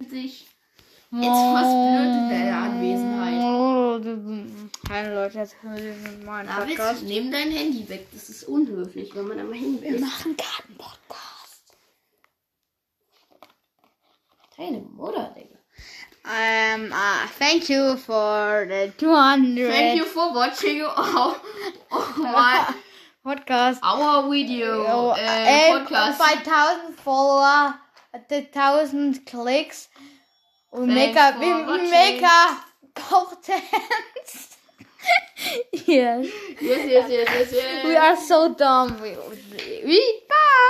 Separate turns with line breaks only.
sich jetzt
Oh.
fast blöd in der Anwesenheit.
Hallo Leute, jetzt hören wir mit meinem
David,
Podcast.
nimm dein Handy weg. Das ist unhöflich, wenn man am Handy
Wir
ist.
machen Kartenpodcast.
Deine Mutter, Digga.
Um, ah, thank you for the 200
Thank you for watching our, my,
podcast.
our video
Oh,
äh,
äh,
podcast.
Bei 1000 Follower, äh, 1000 Klicks und
Thanks
mega,
for watching.
mega Content. yes,
Yes, yes, yes, yes, yes.
we are so dumb. We, we bye.